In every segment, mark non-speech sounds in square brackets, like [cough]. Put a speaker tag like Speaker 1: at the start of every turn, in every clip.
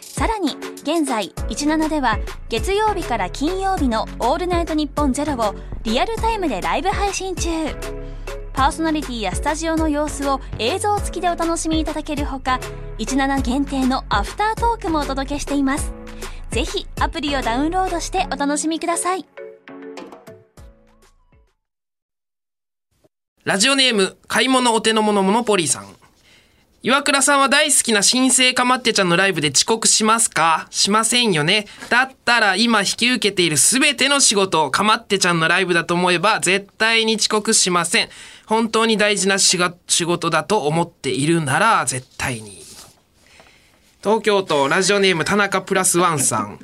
Speaker 1: さらに現在17では月曜日から金曜日の「オールナイトニッポンゼロをリアルタイムでライブ配信中パーソナリティやスタジオの様子を映像付きでお楽しみいただけるほか17限定のアフタートークもお届けしていますぜひアプリをダウンロードしてお楽しみください
Speaker 2: ラジオネーム、買い物お手の物モノポリーさん。岩倉さんは大好きな新生かまってちゃんのライブで遅刻しますかしませんよね。だったら今引き受けているすべての仕事をかまってちゃんのライブだと思えば絶対に遅刻しません。本当に大事な仕が仕事だと思っているなら絶対に。東京都ラジオネーム田中プラスワンさん。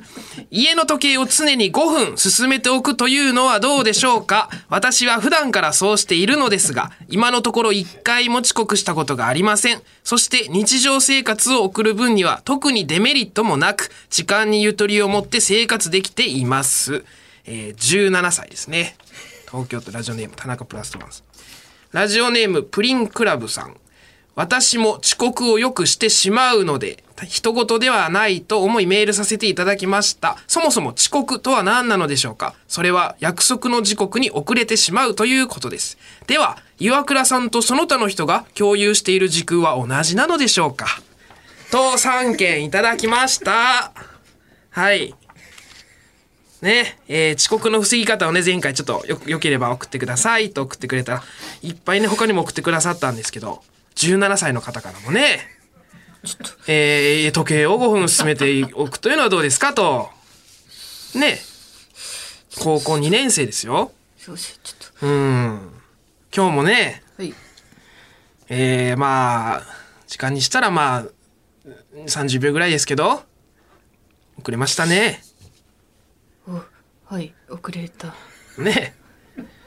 Speaker 2: 家の時計を常に5分進めておくというのはどうでしょうか私は普段からそうしているのですが、今のところ1回も遅刻したことがありません。そして日常生活を送る分には特にデメリットもなく、時間にゆとりを持って生活できています。えー17歳ですね。東京都ラジオネーム田中プラスワンさん。ラジオネームプリンクラブさん。私も遅刻をよくしてしまうので、人事ではないと思いメールさせていただきました。そもそも遅刻とは何なのでしょうかそれは約束の時刻に遅れてしまうということです。では、岩倉さんとその他の人が共有している時空は同じなのでしょうかと3件いただきました。はい。ね、えー遅刻の防ぎ方をね、前回ちょっとよ、よければ送ってくださいと送ってくれたら、いっぱいね、他にも送ってくださったんですけど、17歳の方からもね、えー時計を5分進めておくというのはどうですかと、ね、高校2年生ですよ。
Speaker 3: よしち
Speaker 2: う
Speaker 3: ょっ
Speaker 2: ん。今日もね、
Speaker 3: とはい
Speaker 2: えー、まあ、時間にしたらまあ、30秒ぐらいですけど、遅れましたね。
Speaker 3: おはい遅れた
Speaker 2: ね。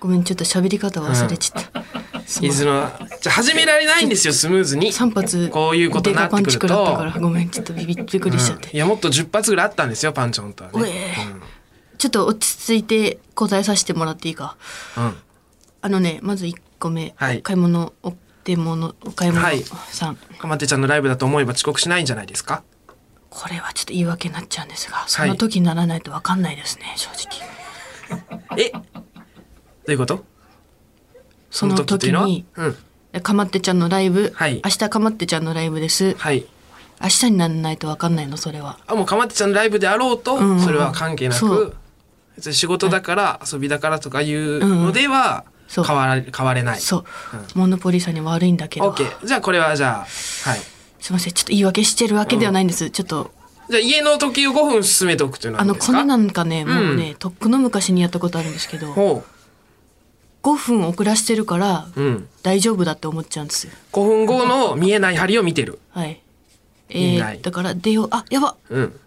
Speaker 3: ごめんちょっと喋り方忘れちゃった、すま
Speaker 2: い
Speaker 3: ん
Speaker 2: ずの、じゃあ始められないんですよ、スムーズに。
Speaker 3: 三発
Speaker 2: こういうことになってくると
Speaker 3: でかパンチ食らったからごめんちょっとビビびっくりしちゃって、
Speaker 2: いや、もっと10発ぐらいあったんですよ、パンチョンとは
Speaker 3: おえ
Speaker 2: ね。
Speaker 3: ちょっと落ち着いて答えさせてもらっていいか
Speaker 2: うん。
Speaker 3: あのねまず一個目、
Speaker 2: はい
Speaker 3: お買い物お手物お買い物
Speaker 2: はい
Speaker 3: さん、
Speaker 2: かまってちゃんのライブだと思えば遅刻しないんじゃないですか
Speaker 3: これはちょっと言い訳になっちゃうんですがその時にならないとわかんないですね正直
Speaker 2: えどういうこと
Speaker 3: その時
Speaker 2: そ
Speaker 3: に
Speaker 2: の時っていうのは
Speaker 3: かまってちゃんのライブ、
Speaker 2: はい
Speaker 3: 明日かまってちゃんのライブです
Speaker 2: うん。はい。
Speaker 3: 明日にならないとわかんないのそれは
Speaker 2: あ、もうかまってちゃんのライブであろうと、
Speaker 3: んうん
Speaker 2: それは関係な
Speaker 3: そ
Speaker 2: く
Speaker 3: う、
Speaker 2: 別に仕事だから遊びだからとかいうのでは、
Speaker 3: そう
Speaker 2: 変わら変われない。
Speaker 3: そう、モノポリさんに悪いんだけ
Speaker 2: オ
Speaker 3: ど
Speaker 2: ッケー。じゃあこれはじゃあ、はい。
Speaker 3: すいませんちょっと言い訳してるわけではないんです、ちょっと
Speaker 2: じゃあ家の時計を5分進めておくというのは
Speaker 3: あ
Speaker 2: どう
Speaker 3: の
Speaker 2: で
Speaker 3: こ
Speaker 2: すか
Speaker 3: れなんかね、もう
Speaker 2: う
Speaker 3: ねとっくの昔にやったことあるんですけど
Speaker 2: ほ
Speaker 3: 5分遅らしてるから、
Speaker 2: う。うん。
Speaker 3: 大丈夫だって思っちゃうんですよ
Speaker 2: 5分後の見えない針を見てる。
Speaker 3: はいえ
Speaker 2: いい
Speaker 3: ー、
Speaker 2: な
Speaker 3: だから出ようあやば
Speaker 2: うん。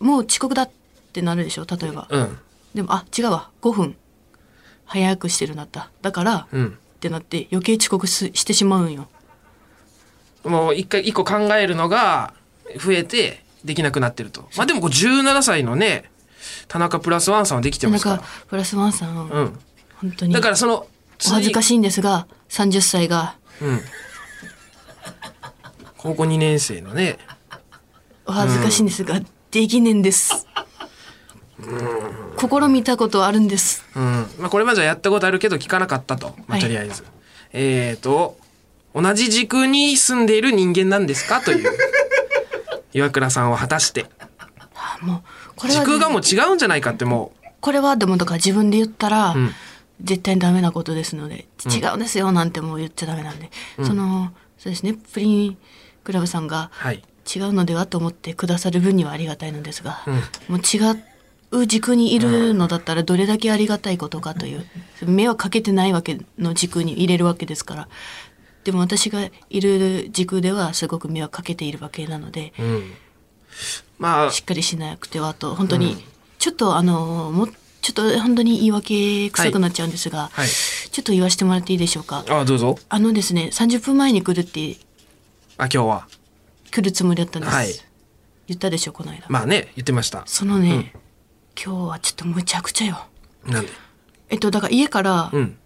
Speaker 3: もう遅刻だってなるでしょ例えば、
Speaker 2: うん。
Speaker 3: でもあ違うわ5分早くしてるなっただから、
Speaker 2: う
Speaker 3: っ
Speaker 2: ん。
Speaker 3: てなって余計遅刻すしてしまうんよ
Speaker 2: もう一回一個考えるのが増えてできなくなってると。まあでもこう17歳のね、田中プラスワンさんはできて
Speaker 3: な
Speaker 2: ま
Speaker 3: ん
Speaker 2: すか
Speaker 3: かプラスワンさん、
Speaker 2: ら。うん。
Speaker 3: 本当に
Speaker 2: だからその、
Speaker 3: お恥ずか
Speaker 2: しい。
Speaker 3: しいんですが30歳が
Speaker 2: うん。高校2年生のね、
Speaker 3: お恥ずかしいんですが、できねえんです、試みたことあるんです
Speaker 2: うん。まあこれまではやったことあるけど聞かなかったと。ま
Speaker 3: は
Speaker 2: あ
Speaker 3: い
Speaker 2: とりあえず。えーと、同じ時空に住んでいる人間なんですかという。
Speaker 3: [laughs]
Speaker 2: 岩倉さんは果たして。
Speaker 3: あもうこれ
Speaker 2: 時
Speaker 3: は
Speaker 2: 空がもう違うんじゃないかってもう。
Speaker 3: これはでもだから自分で言ったら、
Speaker 2: ん
Speaker 3: 絶対にダメなことですので違うんですよなんてもう言っちゃダメなんで、そのそうですねプリンクラブさんが
Speaker 2: はい。
Speaker 3: 違うのではと思ってくださる分にはありがたいのですが、もう違う軸にいるのだったらどれだけありがたいことかという目はかけてないわけの軸に入れるわけですからでも私がいる軸ではすごく目はかけているわけなので、
Speaker 2: うん。まあ、
Speaker 3: しっかりしなくてはと本当にちょっとあのもうちちょっと本当に言い訳臭くなっちゃうんですが、
Speaker 2: はいはい
Speaker 3: ちょっと言わせてもらっていいでしょうか。
Speaker 2: あどうぞ
Speaker 3: あのですね、30分前に来るって、
Speaker 2: あ今日は
Speaker 3: 来るつもりだったんです。
Speaker 2: はい
Speaker 3: 言ったでしょ、この間。
Speaker 2: まあね言ってました
Speaker 3: そのね、今日はちょっとむちゃくちゃよ。
Speaker 2: なんで
Speaker 3: えっと、だから家から
Speaker 2: うん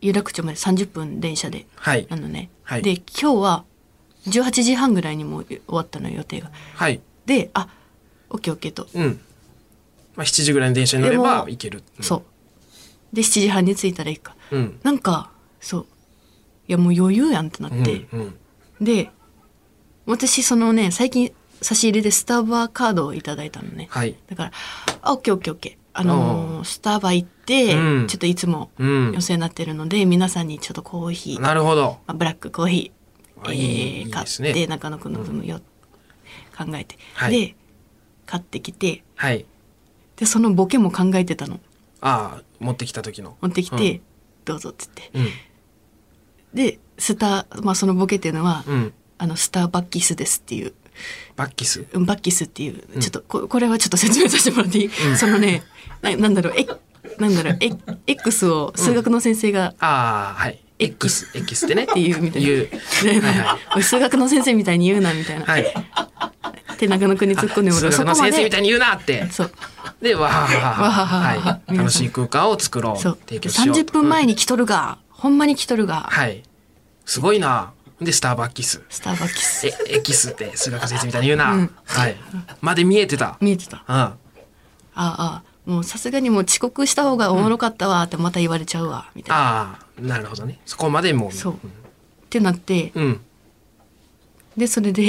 Speaker 3: 有楽町まで30分電車で。
Speaker 2: はい
Speaker 3: なのね。
Speaker 2: はい
Speaker 3: で、今日は18時半ぐらいにもう終わったのよ予定が。
Speaker 2: はい
Speaker 3: で、あ、オッケーオッケーと。
Speaker 2: うん、まあ、7時ぐらいの電車に乗れ
Speaker 3: で
Speaker 2: ば
Speaker 3: も
Speaker 2: 行ける
Speaker 3: そう。で、7時半に着いたら行くか。
Speaker 2: うん
Speaker 3: なんか、そう。いや、もう余裕やんってなっ
Speaker 2: う
Speaker 3: て。
Speaker 2: んうん
Speaker 3: で私そのね最近差し入れでスタバカードをいただいたのね、
Speaker 2: はい
Speaker 3: だからあオッケーオッケーオッケーあのースタバ行って、
Speaker 2: うん
Speaker 3: ちょっといつも
Speaker 2: うん
Speaker 3: お世話になってるので皆さんにちょっとコーヒー、ま
Speaker 2: なるほど
Speaker 3: あ、ブラックコーヒー、
Speaker 2: あ
Speaker 3: え
Speaker 2: いいい
Speaker 3: ー
Speaker 2: い
Speaker 3: 買
Speaker 2: で
Speaker 3: っ
Speaker 2: す
Speaker 3: て、
Speaker 2: ね
Speaker 3: 中野くんの分もよ、考えて、
Speaker 2: はい
Speaker 3: で買ってきて
Speaker 2: はい
Speaker 3: でそのボケも考えてたの
Speaker 2: ああ持ってきた時の
Speaker 3: 持ってきて、どうぞっつって
Speaker 2: うん
Speaker 3: でスター、まあ、そのボケっていうのは、
Speaker 2: うん
Speaker 3: あのスターバッキスですっていう
Speaker 2: バッキス
Speaker 3: うんバッキスっていう、ちょっとここれはちょっと説明させてもらっていい、そのねななんだろうえなんだろうえ X を数学の先生が、
Speaker 2: ああはい X X
Speaker 3: [laughs]
Speaker 2: ってねって
Speaker 3: いうみたいな
Speaker 2: 言うはい
Speaker 3: [laughs]
Speaker 2: は
Speaker 3: 数学の先生みたいに言うなみたいな、
Speaker 2: はい
Speaker 3: って中野くんに突っ込んでも
Speaker 2: 数
Speaker 3: らう
Speaker 2: 学の
Speaker 3: そこま
Speaker 2: 先生みたい
Speaker 3: で
Speaker 2: に言うなって
Speaker 3: そう
Speaker 2: でわはは
Speaker 3: わは
Speaker 2: は
Speaker 3: は
Speaker 2: はい
Speaker 3: 皆
Speaker 2: 楽
Speaker 3: さん
Speaker 2: しい空間を作ろう
Speaker 3: そう
Speaker 2: 提供しよう
Speaker 3: 30分前に来とるが、ほんまに来とるが、
Speaker 2: はいすごいなでスターバッキス
Speaker 3: スターバッキス
Speaker 2: えエキスって数学の先生みたいに言うな、
Speaker 3: うん
Speaker 2: はいまで見えてた
Speaker 3: 見えてたあ
Speaker 2: うんあ
Speaker 3: あもうさすがにもう遅刻した方がおもろかったわってまた言われちゃうわみたいな、
Speaker 2: あなるほどねそこまでもう
Speaker 3: そうってなって、
Speaker 2: うん
Speaker 3: でそれで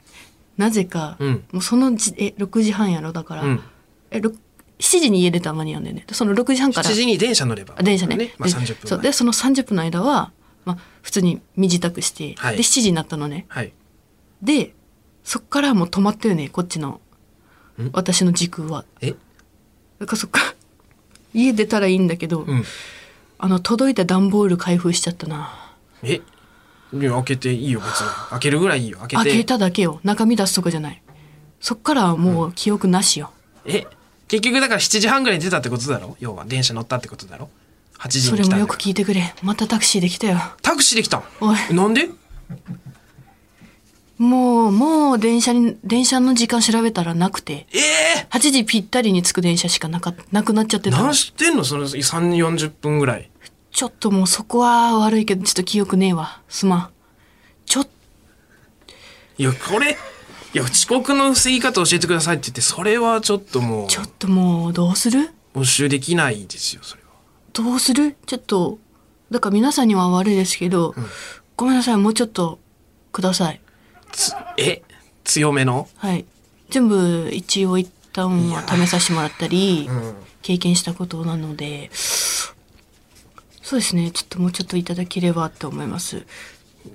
Speaker 3: [laughs] なぜか、
Speaker 2: うん
Speaker 3: もうそのじえ6時半やろだから、
Speaker 2: うん
Speaker 3: えろ7時に家出たら間に合うんだよねでその6時半から
Speaker 2: 7時に電車乗れば
Speaker 3: あ電車ね
Speaker 2: まあ、
Speaker 3: で
Speaker 2: 30分
Speaker 3: そうでその30分の間は、まあ、普通に身支度して、
Speaker 2: はい
Speaker 3: で7時になったのね
Speaker 2: はい
Speaker 3: でそっからもう止まったよねこっちの私の時空は
Speaker 2: え
Speaker 3: だからそっか家出たらいいんだけど、
Speaker 2: うん
Speaker 3: あの届いた段ボール開封しちゃったな
Speaker 2: えいや開けていいよ別に開けるぐらいいいよ開けて
Speaker 3: 開けただけよ中身出すとかじゃないそっからはもう記憶なしよ、
Speaker 2: え結局だから7時半ぐらいに出たってことだろ要は電車乗ったってことだろ8時
Speaker 3: そ
Speaker 2: に
Speaker 3: れ
Speaker 2: 来た
Speaker 3: も
Speaker 2: んだ
Speaker 3: よ
Speaker 2: か
Speaker 3: く
Speaker 2: ら
Speaker 3: 聞いてくれまたタクシーで来たよ
Speaker 2: タクシーで来たん
Speaker 3: おい
Speaker 2: なんで
Speaker 3: もうもう電車に電車の時間調べたらなくて
Speaker 2: ええ
Speaker 3: 8時ぴったりに着く電車しかなかなくなっちゃってたの
Speaker 2: 何してんのその3 4 0分ぐらい
Speaker 3: ちょっともうそこは悪いけどちょっと記憶ねえわすまんちょっ
Speaker 2: いやこれいや遅刻の防ぎ方教えてくださいって言ってそれはちょっとも
Speaker 3: ちょっともうどうする
Speaker 2: う募集できないですよそれは
Speaker 3: どうするちょっとだから皆さんには悪いですけど、ごめんなさいもうちょっとください
Speaker 2: つえ強めの
Speaker 3: はい全部一応一旦は試させてもらったり、経験したことなのでそうですねちょっともうちょっといただければと思います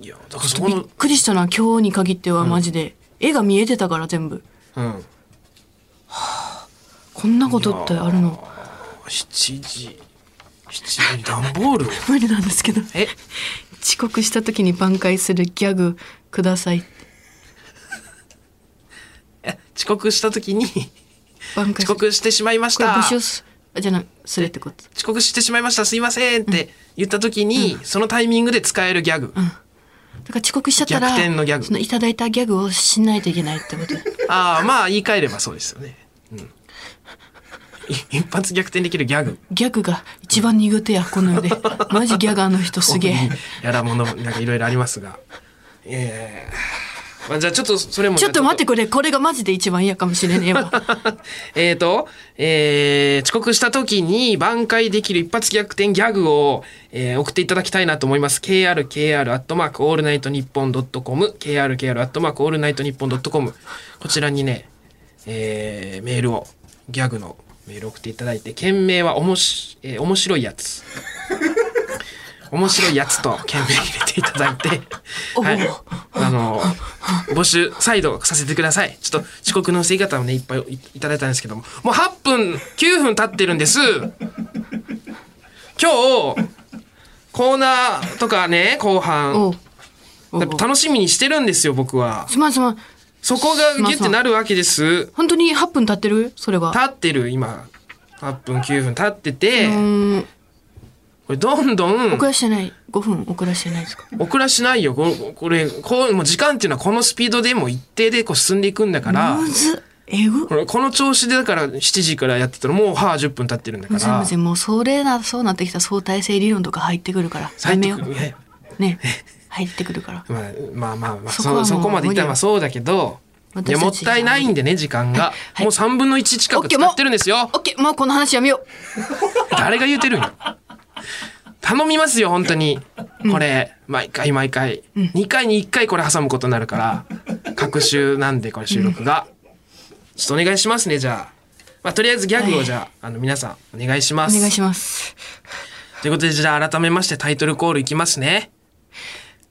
Speaker 2: いやだからそこの
Speaker 3: びっくりしたな今日に限ってはマジで、絵が見えてたから全部
Speaker 2: うん
Speaker 3: こんなことってあるの
Speaker 2: 7時7時に段ボールを
Speaker 3: [laughs] 無理なんですけど
Speaker 2: え
Speaker 3: 遅刻した時に挽回するギャグください
Speaker 2: え遅刻した時に
Speaker 3: 挽回
Speaker 2: 遅
Speaker 3: する
Speaker 2: 刻してしまいまし
Speaker 3: これ
Speaker 2: た
Speaker 3: 募集すあじゃないそれってこと
Speaker 2: 遅刻してしまいましたすいませんって言った時に、そのタイミングで使えるギャグ、
Speaker 3: だから遅刻しちゃったら
Speaker 2: 逆転のギャグ
Speaker 3: そのいただいたギャグをしないといけないってこと
Speaker 2: ああまあ言い換えればそうですよね、うん、い一発逆転できるギャグ
Speaker 3: ギャグが一番苦手やこの世 [laughs] でマジギャガーの人すげえ
Speaker 2: やらものなんかいろいろありますがええまあじゃあちょっとそれも
Speaker 3: ちょっと待ってくれこれがマジで一番嫌かもしれねえわ
Speaker 2: えーと、えー遅刻した時に挽回できる一発逆転ギャグを、えー送っていただきたいなと思います。krkr アットマークオールナイトニッポンドットコム、krkr アットマークオールナイトニッポンドットコム。こちらにね、えーメールを、ギャグのメールを送っていただいて、件名はおもし、えー面白いやつ。面白いやつと件名入れていただいて、はい、あの募集再度させてくださいちょっと遅刻の防ぎ方をねいっぱいいいただいたんですけどももう8分9分経ってるんです今日コーナーとかね後半
Speaker 3: [laughs] おうおうおう
Speaker 2: 楽しみにしてるんですよ僕は
Speaker 3: すまんすまん
Speaker 2: そこがギュッてなるわけです
Speaker 3: 本当に8分経ってるそれは
Speaker 2: 立ってる今8分9分経ってて、
Speaker 3: うん
Speaker 2: これどんどん
Speaker 3: 遅らしてない5分遅らしてないですか
Speaker 2: 遅らしないよここれこうもう時間っていうのはこのスピードでもう一定でこう進んでいくんだから
Speaker 3: むずえぐ
Speaker 2: これこの調子でだから7時からやってたらもうはあ10分経ってるんだか
Speaker 3: すいま
Speaker 2: ら
Speaker 3: せんもうそれなそうなってきた相対性理論とか入ってくるから
Speaker 2: 最低
Speaker 3: やめよ
Speaker 2: ね
Speaker 3: う [laughs] ね入ってくるから
Speaker 2: まあまあまあ、まあ、
Speaker 3: そこはも
Speaker 2: そうそこまでいった
Speaker 3: 無理
Speaker 2: ら
Speaker 3: よ
Speaker 2: まあそうだけどいやもっ
Speaker 3: 私たち
Speaker 2: たいないんでね時間が、
Speaker 3: はい
Speaker 2: もう3分の1近く
Speaker 3: OK
Speaker 2: 使ってるんですよ
Speaker 3: オッケーもうこの話やめよ
Speaker 2: 誰が言うてるんよ頼みますよ本当にこれ、毎回毎回、2回に1回これ挟むことになるから各週なんでこれ収録が、ちょっとお願いしますねじゃあ、まあ、とりあえずギャグをじゃあ,、あの皆さんお願いしま
Speaker 3: うお
Speaker 2: す
Speaker 3: 願いします
Speaker 2: ということでじゃあ改めましてタイトルコールいきますね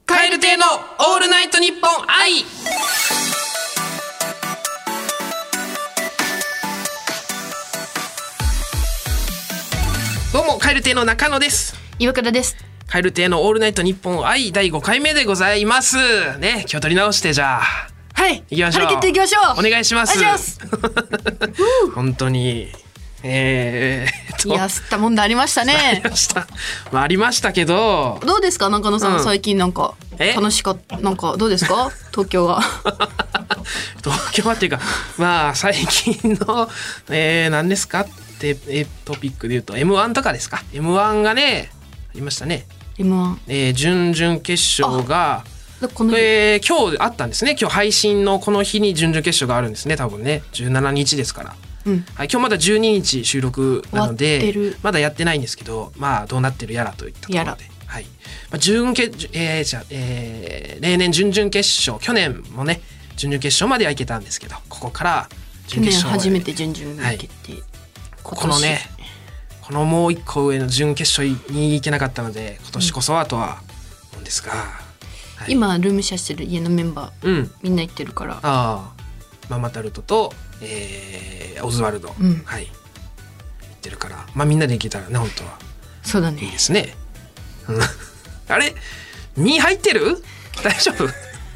Speaker 2: カエル亭のオールナイトニッポン愛どうもカエル亭の中野です
Speaker 3: 岩倉です
Speaker 2: カエル亭のオールナイトニッポン愛第5回目でございますね気を取り直してじゃあ
Speaker 3: はい
Speaker 2: 行きましょう
Speaker 3: 張り切っていきましょう
Speaker 2: お願いします
Speaker 3: お願いしま
Speaker 2: 本当にえー、っ
Speaker 3: す
Speaker 2: と [laughs]
Speaker 3: いや吸ったもんだありましたね
Speaker 2: ありましたまあありましたけど
Speaker 3: どうですか中野さん、
Speaker 2: うん
Speaker 3: 最近なんか
Speaker 2: え
Speaker 3: 楽しかったなんかどうです
Speaker 2: [laughs]
Speaker 3: か東京は
Speaker 2: 東京はっていうかまあ最近の、えー、何ですかって、えートピックで言うと m 1とかですか m 1がねありましたね、
Speaker 3: 今
Speaker 2: えー、準々決勝が、
Speaker 3: この日、
Speaker 2: えー今日あったんですね今日配信のこの日に準々決勝があるんですね多分ね17日ですから。
Speaker 3: うん
Speaker 2: はい、今日まだ12日収録なの
Speaker 3: 終わって
Speaker 2: で
Speaker 3: る
Speaker 2: まだやってないんですけどまあどうなってるやらといったところ
Speaker 3: や
Speaker 2: で
Speaker 3: ら、
Speaker 2: はいまあ、準決えーじゃあえー例年準々決勝去年もね準々決勝まではいけたんですけどここから
Speaker 3: 去
Speaker 2: 準
Speaker 3: 年
Speaker 2: 決勝まで
Speaker 3: 初めて準々に行けて、
Speaker 2: ここのねこのもう一個上の準決勝に行けなかったので今年こそはとは思うんですが、はい、
Speaker 3: 今ルームシェアしてる家のメンバー
Speaker 2: うん
Speaker 3: みんな行ってるか
Speaker 2: あ
Speaker 3: ら
Speaker 2: あママタルトと、えーオズワルド、
Speaker 3: うん
Speaker 2: はい行ってるからまあみんなで行けたらね本当は。
Speaker 3: そうだ
Speaker 2: いい
Speaker 3: ね
Speaker 2: ですね。うんあれ ?2 入ってる大丈夫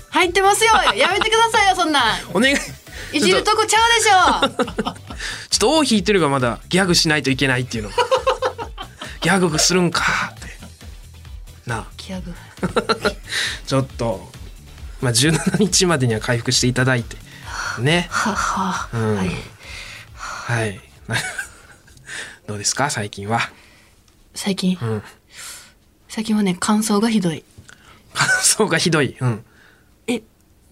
Speaker 3: 入ってますよやめてくださいよそ
Speaker 2: [laughs]
Speaker 3: んなん
Speaker 2: お願い。
Speaker 3: いじるとこちゃうでしょ
Speaker 2: ちょっと王引いてるがまだギャグしないといけないっていうの。ギャグするんかって。なあ、
Speaker 3: ギャグ
Speaker 2: ちょっと、まあ、17日までには回復していただいて。ね。
Speaker 3: はは、
Speaker 2: うん
Speaker 3: はい
Speaker 2: はい。 [laughs] どうですか最近は。
Speaker 3: 最近、
Speaker 2: ん
Speaker 3: 最近はね乾燥がひどい
Speaker 2: 感想がひどい。うん。
Speaker 3: え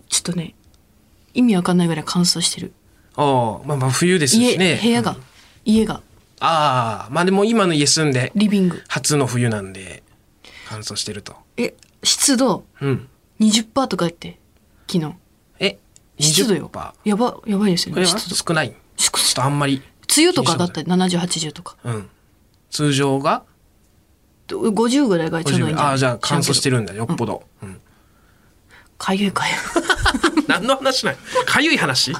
Speaker 3: ちょっとね意味わかんないぐらい乾燥してる
Speaker 2: おまあまあ冬です
Speaker 3: 家、
Speaker 2: しね。
Speaker 3: 部屋が、家が
Speaker 2: ああ、まあでも今の家住んで、
Speaker 3: リビング
Speaker 2: 初の冬なんで、乾燥してると。
Speaker 3: え湿度
Speaker 2: うん。
Speaker 3: 20%とかやって昨日
Speaker 2: え、
Speaker 3: 湿度
Speaker 2: 20%
Speaker 3: よやばやばいですよ
Speaker 2: これ
Speaker 3: ね
Speaker 2: は
Speaker 3: 湿度
Speaker 2: 少ない。ち
Speaker 3: し
Speaker 2: ょっとあんまり。
Speaker 3: 梅雨とかだったり7080とか
Speaker 2: うん。通常が
Speaker 3: 50ぐらいがちょうどいいんじゃない
Speaker 2: ああ、じゃあ乾燥して
Speaker 3: る
Speaker 2: るんだ。よっぽど。うん。
Speaker 3: かゆいかゆい
Speaker 2: 何の話ないかゆい
Speaker 3: [laughs]
Speaker 2: 話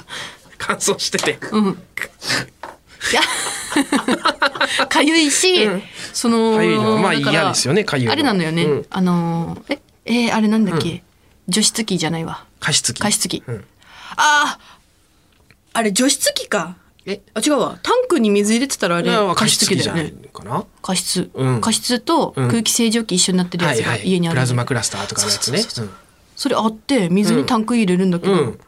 Speaker 2: 乾燥してて。
Speaker 3: [laughs] かゆいし、その
Speaker 2: かゆいのはまあ
Speaker 3: だから
Speaker 2: 嫌ですよねかゆいのは
Speaker 3: あれなのよね、
Speaker 2: うん
Speaker 3: あのーええーあれなんだっけ、除湿機じゃないわ
Speaker 2: 加湿器。
Speaker 3: 加湿器、
Speaker 2: うん。
Speaker 3: あああれ除湿機か
Speaker 2: え
Speaker 3: あ違うわタンクに水入れてたらあ
Speaker 2: あ
Speaker 3: れ
Speaker 2: れは
Speaker 3: 加
Speaker 2: 加
Speaker 3: 湿
Speaker 2: 湿
Speaker 3: 器
Speaker 2: 器
Speaker 3: だ
Speaker 2: じ
Speaker 3: よ
Speaker 2: ゃない
Speaker 3: ね
Speaker 2: のかな
Speaker 3: 加湿、
Speaker 2: うん
Speaker 3: 加湿と
Speaker 2: うん
Speaker 3: 空気清浄機一緒になってるや
Speaker 2: はい
Speaker 3: つ
Speaker 2: は
Speaker 3: が
Speaker 2: い。
Speaker 3: 家にある、
Speaker 2: プラズマクラスターとかのやつね。
Speaker 3: それあって水にタンク入れるんだけ
Speaker 2: う
Speaker 3: ど、
Speaker 2: んうん。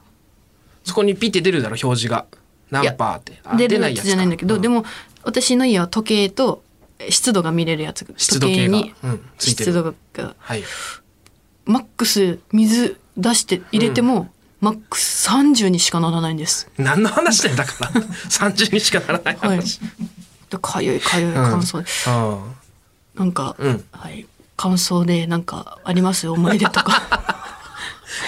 Speaker 2: そこにピって出るだろ、表示が。
Speaker 3: いや
Speaker 2: 何パーって。あ
Speaker 3: 出るやつじゃないんだけど、
Speaker 2: 出
Speaker 3: で
Speaker 2: か
Speaker 3: も私の家は時計とえ湿度が見れるやつ
Speaker 2: 湿度計が
Speaker 3: 時
Speaker 2: う
Speaker 3: 計に
Speaker 2: んついてる
Speaker 3: 湿度が
Speaker 2: うんはい。
Speaker 3: マックス水出して入れても、マックス30にしかならないんです
Speaker 2: 何の話だよ、だから。30にしか [laughs] ならない
Speaker 3: はい
Speaker 2: 話。
Speaker 3: でかゆいかゆい乾燥、
Speaker 2: うん。
Speaker 3: なんか、
Speaker 2: うん
Speaker 3: はい乾燥でなんかあります思い出
Speaker 2: [laughs]
Speaker 3: とか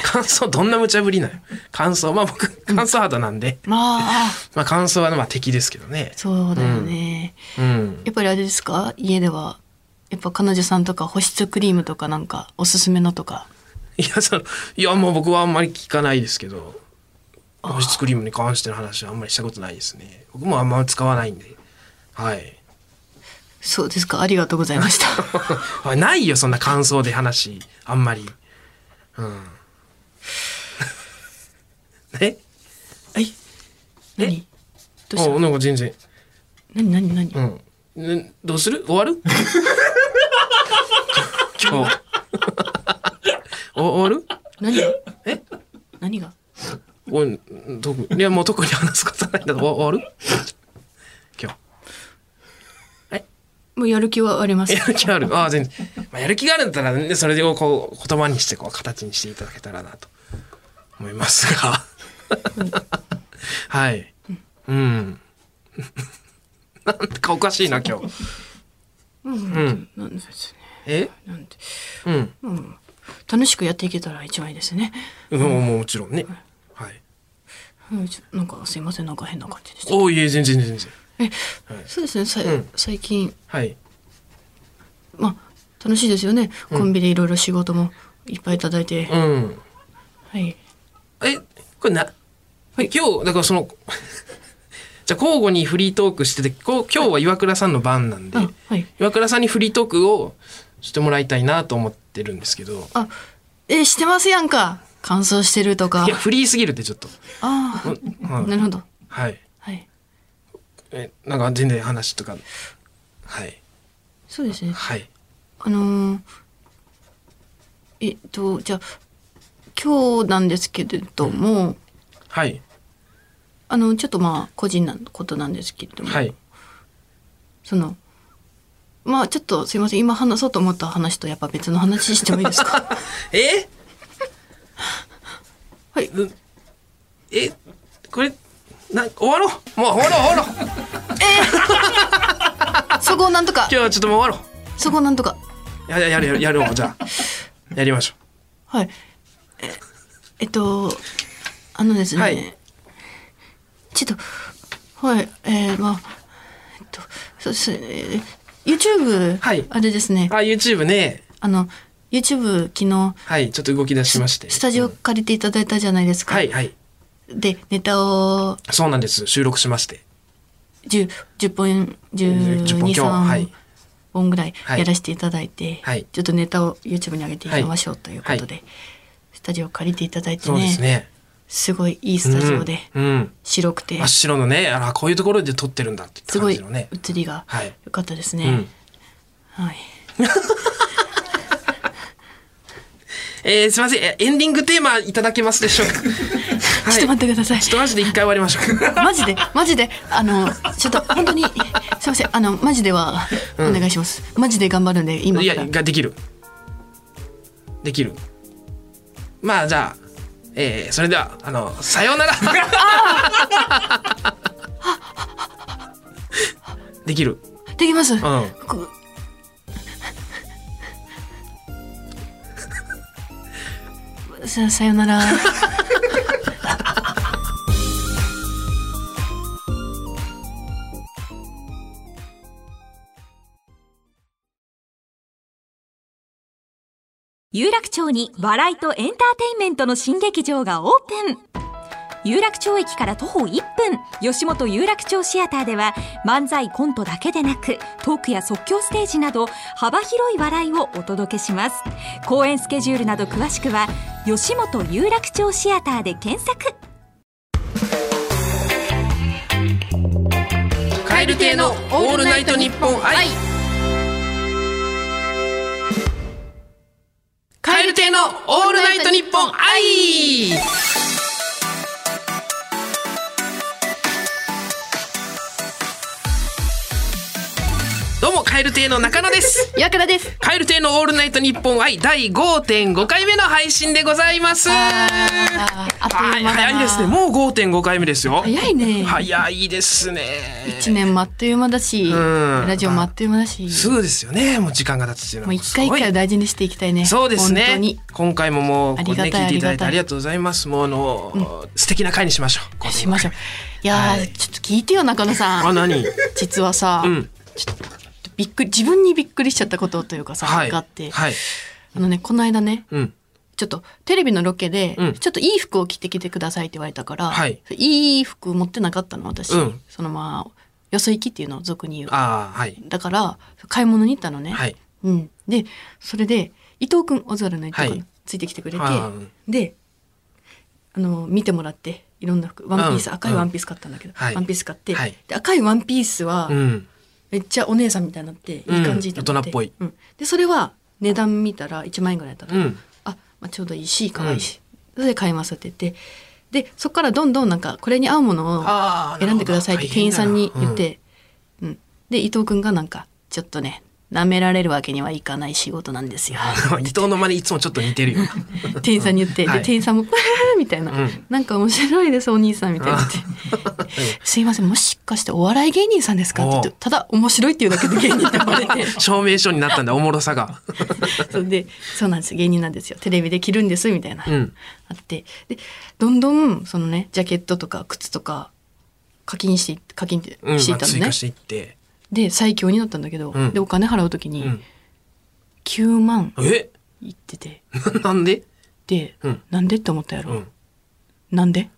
Speaker 2: 乾燥どんな無茶ぶりなの乾燥まあ僕乾燥肌なんで、
Speaker 3: まあ
Speaker 2: まあ乾燥はまあ敵ですけどね
Speaker 3: そうだよね、
Speaker 2: うん
Speaker 3: やっぱりあれですか家ではやっぱ彼女さんとか保湿クリームとかなんかおすすめのとか
Speaker 2: いやそのいやもう僕はあんまり聞かないですけど保湿クリームに関しての話はあんまりしたことないですね僕もあんま使わないんではい、 [laughs]
Speaker 3: そうですかありがとうございました
Speaker 2: はい、ないよそんな乾燥で話あんまりうんえ
Speaker 3: はい何どうした
Speaker 2: あなんか全然
Speaker 3: 何何何、
Speaker 2: うんんどうする終 [laughs] わる今日 [laughs] お終わる
Speaker 3: 何が
Speaker 2: え
Speaker 3: 何が
Speaker 2: おい特にいやもう特に話すことないんだお終わる今日
Speaker 3: もうやる気はあります
Speaker 2: やる気あるああ全然、まあ、やる気があるんだったら、ね、それをこう言葉にしてこう形にしていただけたらなと思いますがはいうんなんかおかしいな今日
Speaker 3: うん、なんです
Speaker 2: え
Speaker 3: ねなんて
Speaker 2: うん、
Speaker 3: 楽しくやっていけたら一番いいですね
Speaker 2: うん、もうもちろんねはい
Speaker 3: うんちょなんかすいませんなんか変な感じでした
Speaker 2: おいえ全然全然
Speaker 3: え、そうですねさい、
Speaker 2: うん
Speaker 3: 最近
Speaker 2: はい
Speaker 3: まあ楽しいですよねコンビでいろいろ仕事もいっぱいいただいて、
Speaker 2: うん
Speaker 3: はい
Speaker 2: えこれな、
Speaker 3: はい
Speaker 2: 今日だからその [laughs] じゃあ交互にフリートークしててこう今日は岩倉さんの番なんで、
Speaker 3: あはい
Speaker 2: 岩倉さんにフリートークをしてもらいたいなと思ってるんですけど
Speaker 3: あえしてますやんか乾燥してるとか
Speaker 2: いやフリーすぎるってちょっと、
Speaker 3: ああ
Speaker 2: うんはい
Speaker 3: なるほど
Speaker 2: はい
Speaker 3: はい
Speaker 2: えなんか全然話とかはい
Speaker 3: そうですね
Speaker 2: はい
Speaker 3: あのーえっとじゃあ今日なんですけれども、
Speaker 2: はい
Speaker 3: あのちょっとまあ個人なことなんですけれども、
Speaker 2: はい
Speaker 3: そのまあちょっとすいません今話そうと思った話とやっぱ別の話してもいいですか
Speaker 2: [laughs] え
Speaker 3: はい
Speaker 2: うんえこれなん終わろうもう終わろう終わろう
Speaker 3: そこをなんとか
Speaker 2: 今日はちょっともう終わろう
Speaker 3: そこをなんとか
Speaker 2: やややるやるやろうじゃ
Speaker 3: [laughs]
Speaker 2: あやりましょ
Speaker 3: はいええっとあのですね、
Speaker 2: はい
Speaker 3: ちょっとはいえー、まあえっとそうですねえー YouTube、
Speaker 2: はい
Speaker 3: あれですね
Speaker 2: うあ YouTube ね
Speaker 3: あの YouTube 昨日
Speaker 2: はいちょっと動き出しまして
Speaker 3: スタジオ借りていただいたじゃないですか、
Speaker 2: はいはい
Speaker 3: でネタを
Speaker 2: そうなんです収録しまして
Speaker 3: 10 10本
Speaker 2: 10本今日はい
Speaker 3: 123本ぐらい
Speaker 2: はい
Speaker 3: やらせていただいて、
Speaker 2: はい
Speaker 3: ちょっとネタを YouTube に上げていきましょうということで、
Speaker 2: は
Speaker 3: スタジオ借りていただいて
Speaker 2: そうで
Speaker 3: ね
Speaker 2: すね
Speaker 3: すごいいいスタジオで、
Speaker 2: うん、うん
Speaker 3: 白くて
Speaker 2: 真っ白のねあこういうところで撮ってるんだって
Speaker 3: す
Speaker 2: 感
Speaker 3: ごい
Speaker 2: じのね
Speaker 3: 映りが
Speaker 2: はい
Speaker 3: 良かったです
Speaker 2: う
Speaker 3: ね
Speaker 2: ん。
Speaker 3: はい、
Speaker 2: えー、すいませんえエンディングテーマいただけますでしょう
Speaker 3: [laughs]
Speaker 2: かはい
Speaker 3: ちょっと待ってください。
Speaker 2: ちょっとマジで一回終わりましょう
Speaker 3: マジでマジであのちょっと本当にすいませんあのマジではお願いします、マジで頑張るんで今
Speaker 2: い
Speaker 3: か
Speaker 2: や
Speaker 3: ら
Speaker 2: ができるできるまあじゃあえー、それではあのさようなら [laughs] できる
Speaker 3: できます、
Speaker 2: うん
Speaker 3: こささよなら。
Speaker 1: 有楽町に笑いとエンターテインメントの新劇場がオープン有楽町駅から徒歩1分吉本有楽町シアターでは漫才コントだけでなくトークや即興ステージなど幅広い笑いをお届けします公演スケジュールなど詳しくは吉本有楽町シアターで検索
Speaker 2: カエル亭のオールナイトニッポン愛カエル亭のオールナイトニッポン愛どうもカエル亭の中野です
Speaker 3: やからです。
Speaker 2: カエル亭のオールナイトニッポン愛第5.5回目の配信でございますは
Speaker 3: ああっとい
Speaker 2: いう
Speaker 3: 間だな
Speaker 2: 早いですね。もう5.5回目ですよ
Speaker 3: 早いね。
Speaker 2: 早いですね
Speaker 3: 一年もあっという間だし、
Speaker 2: ん
Speaker 3: ラジオもあっという間だし、
Speaker 2: すぐですよね。もう時間が経つっていうのは
Speaker 3: もう一回一回を
Speaker 2: す
Speaker 3: 大事にしていきたいね。
Speaker 2: ごいそうです
Speaker 3: 本当
Speaker 2: ね
Speaker 3: に。
Speaker 2: 今回ももう、こう
Speaker 3: あ
Speaker 2: ね、
Speaker 3: りがたい
Speaker 2: 聞いていただいてあ
Speaker 3: あ
Speaker 2: り
Speaker 3: り
Speaker 2: が
Speaker 3: が
Speaker 2: とうございます。もうあの、素敵な回にしましょう。
Speaker 3: しましょう。いやー、ちょっと聞いてよ中野さ
Speaker 2: あ、
Speaker 3: ん。
Speaker 2: 何
Speaker 3: 実はさ、
Speaker 2: ん
Speaker 3: ちょっとびっくり自分にびっくりしちゃったことというかさ、
Speaker 2: はい。
Speaker 3: があって、
Speaker 2: はい。
Speaker 3: あのねこの間ね。
Speaker 2: うん。
Speaker 3: ちょっとテレビのロケで、
Speaker 2: うん
Speaker 3: ちょっといい服を着てきてくださいって言われたから、
Speaker 2: はい、
Speaker 3: い服持ってなかったの私、
Speaker 2: うん
Speaker 3: そのまあよそ行きっていうのを俗に言う
Speaker 2: ああ、はい。
Speaker 3: だから買い物に行ったのね、
Speaker 2: はい。
Speaker 3: うん、でそれで伊藤君オズワルドの伊藤君、
Speaker 2: はい
Speaker 3: ついてきてくれて
Speaker 2: あー
Speaker 3: であの見てもらっていろんな服ワンピース、
Speaker 2: うん
Speaker 3: 赤いワンピース買ったんだけど、
Speaker 2: はい
Speaker 3: ワンピース買って、
Speaker 2: はい
Speaker 3: で赤いワンピースは
Speaker 2: うん。
Speaker 3: めっちゃお姉さんみたいになっていい感じになて
Speaker 2: うん大人っぽい
Speaker 3: うんでそれは値段見たら1万円ぐらいだったから、
Speaker 2: うん
Speaker 3: あ、まあ、ちょうどいいし可愛いし、それで買いますって言ってでそこからどんどんなんかこれに合うものを
Speaker 2: あー
Speaker 3: 選んでくださいって店員さんに言っ。
Speaker 2: なる
Speaker 3: て、うんで伊藤君がなんかちょっとね舐められるわけにはいかない仕事なんで
Speaker 2: [laughs]
Speaker 3: すよ
Speaker 2: ほど大変だなうん伊藤の真似いつもちょっと似てるよな。
Speaker 3: 店員さんに言って、
Speaker 2: はい
Speaker 3: で店員さんも「パ [laughs] ーみたいな、
Speaker 2: うん
Speaker 3: なんか面白いですお兄さん」みたいになって「 [laughs] すいませんもしかしてお笑い芸人さんですか?」って言って
Speaker 2: おう
Speaker 3: ただ面白いっていうだけで芸人って呼ばれて
Speaker 2: [laughs] 証明書になったんだ、おもろさが。 [laughs]
Speaker 3: それで「そうなんです芸人なんですよテレビで着るんです」みたいな、
Speaker 2: うん
Speaker 3: あってでどんどんそのねジャケットとか靴とか課金して課金って
Speaker 2: うん、
Speaker 3: して
Speaker 2: ま
Speaker 3: い
Speaker 2: あ
Speaker 3: ったの
Speaker 2: 追
Speaker 3: ね、
Speaker 2: 加していって。
Speaker 3: で最強になったんだけど、
Speaker 2: うん
Speaker 3: でお金払う時に
Speaker 2: うん
Speaker 3: 9万 [laughs]
Speaker 2: え
Speaker 3: いってて、
Speaker 2: なんで
Speaker 3: で、
Speaker 2: うん
Speaker 3: なんでって思ったやろ、
Speaker 2: うん。
Speaker 3: なんで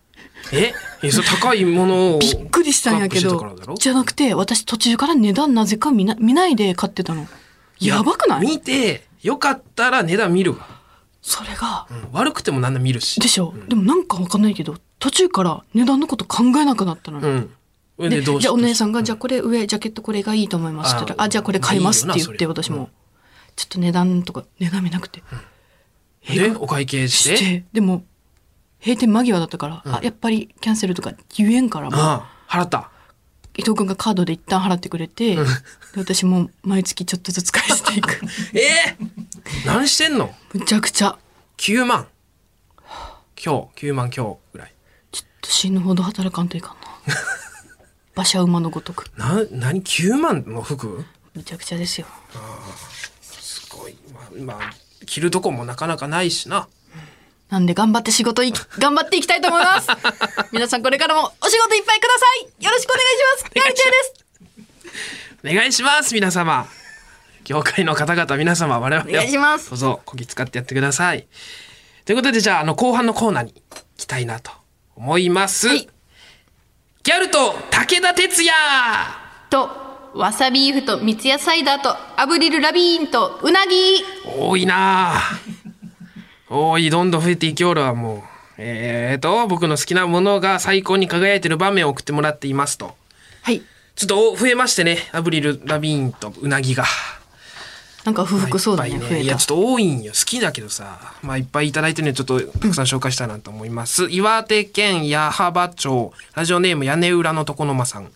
Speaker 2: ええそれ高いものを。
Speaker 3: [laughs] びっくりしたんやけ
Speaker 2: ピックアップしてたからだろ
Speaker 3: どじゃなくて私途中から値段なぜか見な見ないで買ってたのやばくない
Speaker 2: 見て、よかったら値段見るわ。
Speaker 3: それが
Speaker 2: うん悪くてもなんだ見るし
Speaker 3: で。しょ、でもなんかわかんないけど途中から値段のこと考えなくなったの、
Speaker 2: うん。で
Speaker 3: でじゃあお姉さんが「
Speaker 2: う
Speaker 3: じゃあこれ上ジャケットこれがいいと思います」って言ったら「
Speaker 2: あ
Speaker 3: あじゃあこれ買います」
Speaker 2: ま
Speaker 3: っ
Speaker 2: あいい
Speaker 3: て
Speaker 2: よ
Speaker 3: 言
Speaker 2: な
Speaker 3: っ
Speaker 2: そ
Speaker 3: て私
Speaker 2: れ
Speaker 3: も、ちょっと値段とか値段見なくて、
Speaker 2: で、お会計し。
Speaker 3: しててでも閉店間際だったから、
Speaker 2: ん
Speaker 3: あやっぱりキャンセルとか言えんからもう
Speaker 2: ああ、払った。
Speaker 3: 伊藤君がカードで一旦払ってくれて、で私も毎月ちょっとずつ返してい
Speaker 2: [laughs]
Speaker 3: く
Speaker 2: ええ何してんの
Speaker 3: むちゃくちゃ
Speaker 2: ?9 万。今日、9万今日ぐらい。
Speaker 3: ちょっと死ぬほど働かんといかんな馬車馬のごとく
Speaker 2: な、何 ?9 万の服
Speaker 3: むちゃくちゃですよ
Speaker 2: すごい。まあ、まあ、着るとこもなかなかないしな。
Speaker 3: なんで頑張って仕事いき [laughs] 頑張っていきたいと思
Speaker 2: [laughs]
Speaker 3: います皆さんこれからもお仕事いっぱいくださいよろしくお願いしますやりちゃいで
Speaker 2: お
Speaker 3: す
Speaker 2: 願いします、皆様。業界の方々、皆様、我々を
Speaker 3: お願いします
Speaker 2: どうぞ、こき使ってやってください。ということで、じゃあ、あの、後半のコーナーに行きたいなと思います。
Speaker 3: はい
Speaker 2: ギャルと武田鉄矢
Speaker 3: とわさビーフと三ツ矢サイダーとアブリルラビーンとうなぎ
Speaker 2: 多いなあ多いどんどん増えていきおるわもうえー、と僕の好きなものが最高に輝いてる場面を送ってもらっていますと
Speaker 3: はい
Speaker 2: ちょっとお増えましてねアブリル・ラビーンとウナギが
Speaker 3: なんか不服そうだね
Speaker 2: いっぱい
Speaker 3: 増え
Speaker 2: いや
Speaker 3: た
Speaker 2: ちょっと多いんよ好きだけどさまあいっぱいいただいてるのでちょっとたくさん紹介したいなと思います、岩手県矢巾町ラジオネーム屋根裏の床の間さん、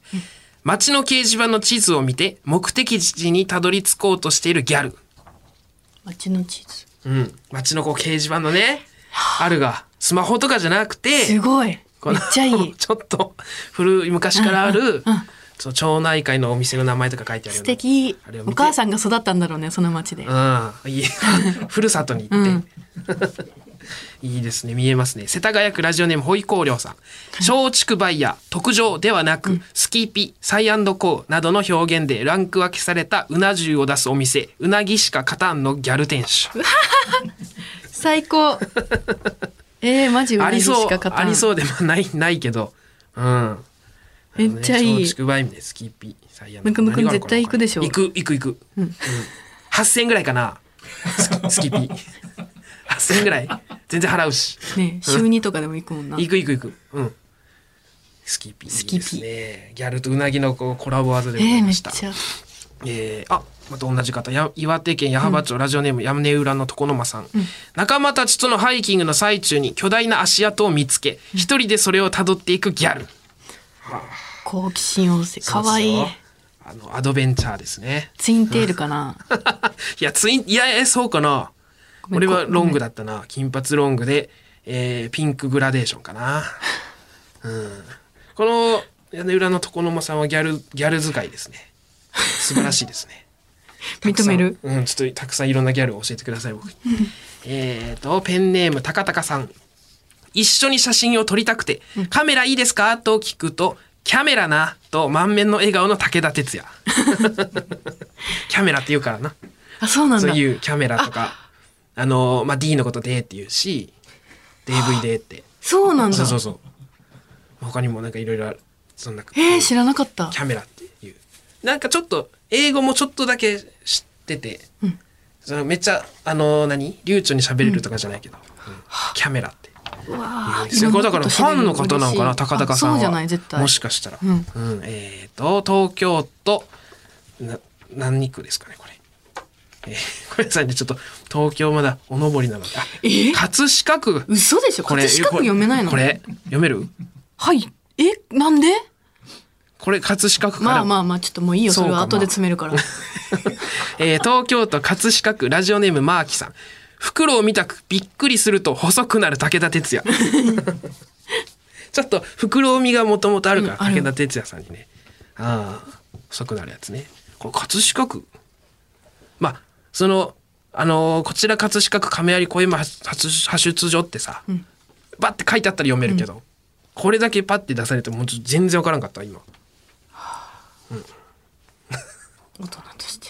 Speaker 2: 町の掲示板の地図を見て目的地にたどり着こうとしているギャル
Speaker 3: 街のチー
Speaker 2: うん、街のこう掲示板のね、あるが、スマホとかじゃなく
Speaker 3: ズす
Speaker 2: て、
Speaker 3: ごいめっ
Speaker 2: [laughs] この
Speaker 3: ちゃいい
Speaker 2: ちょっと古い昔からある、その町内会のお店の名前とか書いてあるよ
Speaker 3: 素
Speaker 2: うな
Speaker 3: 敵
Speaker 2: あれを見
Speaker 3: お
Speaker 2: て
Speaker 3: 母さんが育ったんだろうねその町で
Speaker 2: うん、いい。 [laughs] ふるさとに行って。いいですね、見えますね。世田谷区ラジオネーム、ホイコーリョウさん。松竹バイヤー、特上ではなく、スキーピ、サイアンドコーなどの表現でランク分けされたうな重を出すお店、うなぎしか勝たんのギャル店主。
Speaker 3: 最高
Speaker 2: [laughs]
Speaker 3: えー、マジう
Speaker 2: あ
Speaker 3: な
Speaker 2: り
Speaker 3: ぎしか
Speaker 2: そう
Speaker 3: 勝たん
Speaker 2: ありそうでもないないけどうん
Speaker 3: めっちゃいい
Speaker 2: 筑波イムでスキッピー最悪
Speaker 3: むくむくん絶対行くでしょ
Speaker 2: 行く行く行く、うん8000円ぐらいかなスキスキ
Speaker 3: [laughs]
Speaker 2: ッピー8000円ぐらい全然払うし
Speaker 3: ね週2とかでも行くもんな
Speaker 2: 行く行く行くうんスキッピー
Speaker 3: スキピ
Speaker 2: いいですねギャルとうなぎのこうコラボ技でござい
Speaker 3: えー、め
Speaker 2: ま
Speaker 3: っ
Speaker 2: した、
Speaker 3: ちゃ
Speaker 2: えーあまた同じ方や岩手県矢巾町ラジオネーム屋根裏の床の間さん、仲間たちとのハイキングの最中に巨大な足跡を見つけ一人でそれをたどっていくギャル
Speaker 3: 好奇心旺盛かわい
Speaker 2: そ
Speaker 3: いう
Speaker 2: ですよあのアドベンチャーですね
Speaker 3: ツインテールかな
Speaker 2: いやツインいやえそうかな
Speaker 3: ご
Speaker 2: 俺
Speaker 3: めん
Speaker 2: はロングだったな金髪ロングで、えーピンクグラデーションかな、うん、この屋根裏の床の間さんはギャルギャル使いですね素晴らしいですね
Speaker 3: 認める
Speaker 2: うん、ちょっとたくさんいろんなギャルを教えてください、僕。
Speaker 3: [laughs]
Speaker 2: えっと、ペンネーム、たかたかさん。一緒に写真を撮りたくて、カメラいいですかと聞くと、キャメラな、と満面の笑顔の武田
Speaker 3: [laughs]
Speaker 2: 鉄矢。キャメラって言うからな。
Speaker 3: あそうなん
Speaker 2: そう
Speaker 3: だ
Speaker 2: いうキャメラとか、あの、まあ、D のことでって言うし、DV でって。
Speaker 3: そうなんだ
Speaker 2: そうそうそう。他にもなんかいろいろある。そんな。
Speaker 3: えー、知らなかった
Speaker 2: キャメラっていうなんかちょっと英語もちょっとだけ知ってて、そのめっちゃあの何流暢に喋れるとかじゃないけど、うんキャメラってい
Speaker 3: うわ
Speaker 2: いですね、これだからファンの方なんかな高
Speaker 3: 田
Speaker 2: 高さんは
Speaker 3: そうじゃない絶対
Speaker 2: もしかしたら、う
Speaker 3: うんん
Speaker 2: えっ、と東京都な何区ですかねこれ、えー、 [laughs] ごめんなさいねちょっと東京まだおのぼりなのであ
Speaker 3: えー
Speaker 2: 葛飾区
Speaker 3: 嘘でしょこれ四角読めないの
Speaker 2: これ読める
Speaker 3: はいえなんで
Speaker 2: これ葛飾区から、
Speaker 3: まあまあまあちょっともういいよそれは
Speaker 2: そうかま
Speaker 3: 後
Speaker 2: あ
Speaker 3: で詰めるから [laughs]
Speaker 2: えー東京都葛飾区ラジオネームマーキさん袋を見たくびっくりすると細くなる武田
Speaker 3: [laughs]
Speaker 2: 鉄矢ちょっと袋を見がもともとあるから、
Speaker 3: うんある
Speaker 2: 武田鉄矢さんにねああ細くなるやつねこれ葛飾区まあそのあのーこちら葛飾区亀有小山発発出所ってさ、バッて書いてあったら読めるけど、これだけパッて出されてもうちょっと全然わからんかった今
Speaker 3: 大人として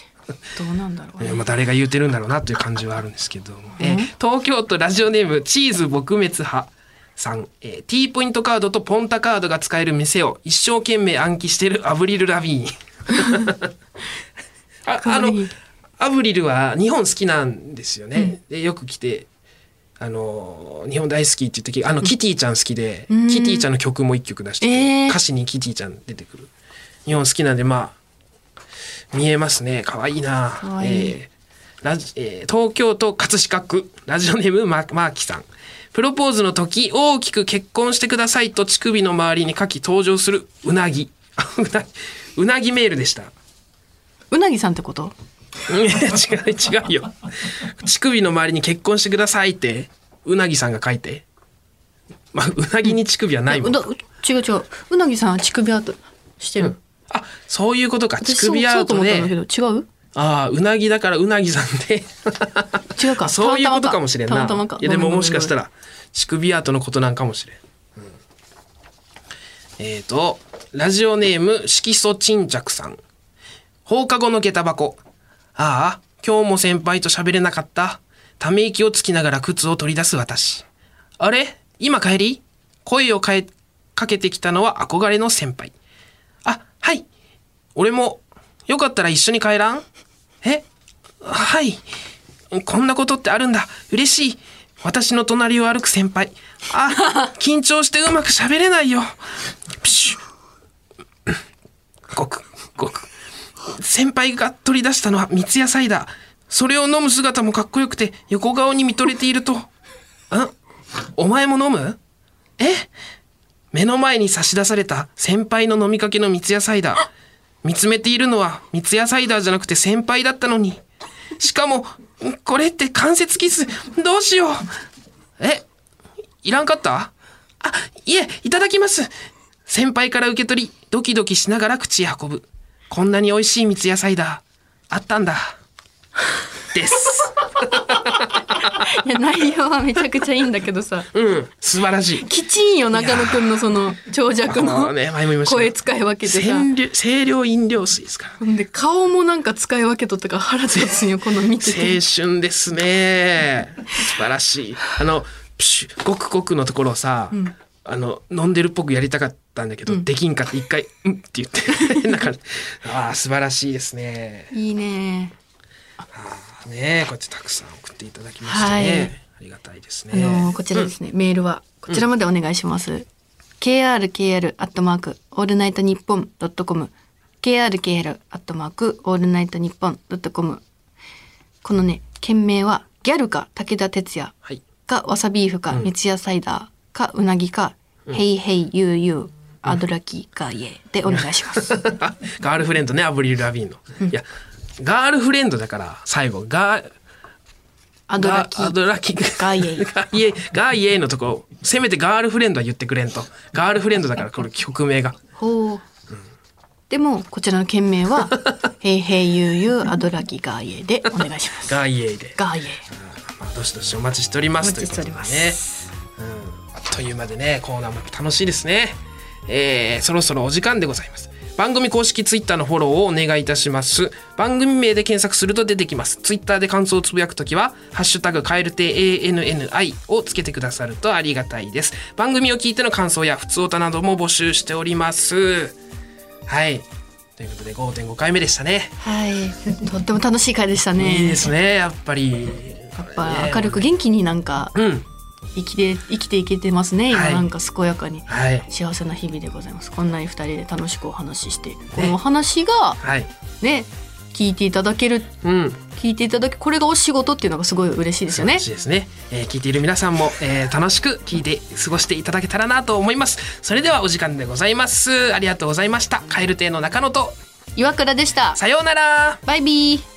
Speaker 3: どうなんだろう
Speaker 2: い
Speaker 3: ね
Speaker 2: やまあ誰が言うてるんだろうなという感じはあるんですけども、えー東京都ラジオネームチーズ撲滅派さん、えー、T ポイントカードとポンタカードが使える店を一生懸命暗記してるアブリル・ラビーン [laughs] ああの
Speaker 3: かわいい
Speaker 2: アブリルは日本好きなんですよね、でよく来てあのー日本大好きって言ってきあのキティちゃん好きで、
Speaker 3: うん
Speaker 2: キティちゃんの曲も一曲出してて、
Speaker 3: えー
Speaker 2: 歌詞にキティちゃん出てくる日本好きなんでまあ見えますね可愛いな
Speaker 3: 可愛い
Speaker 2: えーラジえー東京都葛飾区ラジオネームママーキさんプロポーズの時大きく結婚してくださいと乳首の周りに書き登場するうなぎ [laughs] うなうなぎメールでした
Speaker 3: うなぎさんってこと
Speaker 2: [laughs] うんいや違う違うよ乳首の周りに結婚してくださいってうなぎさんが書いてまあうなぎに乳首はないもん
Speaker 3: だ違う違ううなぎさんは乳首アートしてる、
Speaker 2: あそういうことか乳
Speaker 3: 私そう
Speaker 2: 首アー
Speaker 3: そうと
Speaker 2: ト
Speaker 3: 思ったんだ
Speaker 2: で
Speaker 3: けど違う
Speaker 2: ああうなぎだからうなぎさんで
Speaker 3: 違うか
Speaker 2: そういうことかもしれんな
Speaker 3: たまたまか
Speaker 2: いやでももしかした
Speaker 3: ら
Speaker 2: ら乳首アートのことなんかもしれん、うんえっ、とラジオネーム色素沈着さん放課後の下駄箱ああ今日も先輩と喋れなかったため息をつきながら靴を取り出す私あれ今帰り声をかえかけてきたのは憧れの先輩あはい俺もよかったら一緒に帰らんえはいこんなことってあるんだ嬉しい私の隣を歩く先輩あ緊張してうまく喋れないよプシュごくごく先輩が取り出したのは三ツ矢サイダーそれを飲む姿もかっこよくて横顔に見とれているとんお前も飲むえ目の前に差し出された先輩の飲みかけの三ツ矢サイダー見つめているのは三ツ矢サイダーじゃなくて先輩だったのにしかもこれって関節キスどうしようえいらんかったあいえいただきます先輩から受け取りドキドキしながら口へ運ぶこんなに美味しい三ツ矢サイダーあったんだです
Speaker 3: いや内容はめちゃくちゃいいんだけど
Speaker 2: [laughs]
Speaker 3: さ
Speaker 2: うん素晴ら
Speaker 3: [laughs]
Speaker 2: しい
Speaker 3: きちんよ中野くんのその長尺
Speaker 2: この
Speaker 3: の
Speaker 2: ね前も言いましたけど
Speaker 3: 声使い分けてさ
Speaker 2: 清涼清涼飲料水ですから
Speaker 3: ほんで顔もなんか使い分けとったから腹立つんよこの見て [laughs] て
Speaker 2: 青春ですね素晴らしいあのプシュごくごくのところをさ、あの飲んでるっぽくやりたかったんだけど、できんかって一回「うん」って言って [laughs] なんかああ素晴らしいですね
Speaker 3: いいね
Speaker 2: ねえこうやってたくさん送っていただきましたね、
Speaker 3: はい
Speaker 2: ありがたいです
Speaker 3: あ
Speaker 2: ね、
Speaker 3: のーこちらですね、メールはこちらまでお願いします、krkr アットマークオールナイトニッポンドットコム krkr アットマークオールナイトニッポンドットコムこのね件名はギャルか武田鉄矢
Speaker 2: はい [laughs]
Speaker 3: かわさビーフか三ツ矢サイダーかうなぎか、ヘイヘイユーユーアドラキかイエーでお願いし [laughs] ます。
Speaker 2: あガールフレンドねアブリル・ラビーンの、いやガールフレンドだから最後ガー
Speaker 3: アドラ
Speaker 2: ガ
Speaker 3: キ
Speaker 2: アドラキ
Speaker 3: ガイエイ
Speaker 2: [laughs] ガイエイガイエイのとこせめてガールフレンドは言ってくれんとガールフレンドだからこれ曲名が
Speaker 3: ほう。でもこちらの件名 [laughs] は「ヘイヘイユーユーアドラキガイエ」でお願いします。
Speaker 2: ガイエイで、
Speaker 3: [laughs] ガイエ。
Speaker 2: まあ、どしどしお待ちしております
Speaker 3: お待ちしております
Speaker 2: ということでね、うん、あっという間でねコーナーも楽しいですね、えーそろそろお時間でございます番組公式ツイッターのフォローをお願いいたします番組名で検索すると出てきますツイッターで感想をつぶやくときは「ハッシュタグカエルテ ANNI」をつけてくださるとありがたいです番組を聞いての感想や普通歌なども募集しておりますはいということで5.5回目でしたね
Speaker 3: はい。とっても楽しい回でしたね。
Speaker 2: いいですねやっぱりや
Speaker 3: やっぱ明るく元気になんか
Speaker 2: うん
Speaker 3: 生きて生きていけてますね今
Speaker 2: はい
Speaker 3: なんか健やかに、
Speaker 2: はい
Speaker 3: 幸せな日々でございますこんなに二人で楽しくお話ししてこのお話が
Speaker 2: はい
Speaker 3: ね聞いていただける
Speaker 2: うん
Speaker 3: 聞いていただけこれがお仕事っていうのがすごい嬉しいですよね
Speaker 2: そうですね、えー聞いている皆さんも、えー楽しく聞いて過ごしていただけたらなと思いますそれではお時間でございますありがとうございましたカエル亭の中野と
Speaker 3: 岩倉でした
Speaker 2: さようなら
Speaker 3: バイビー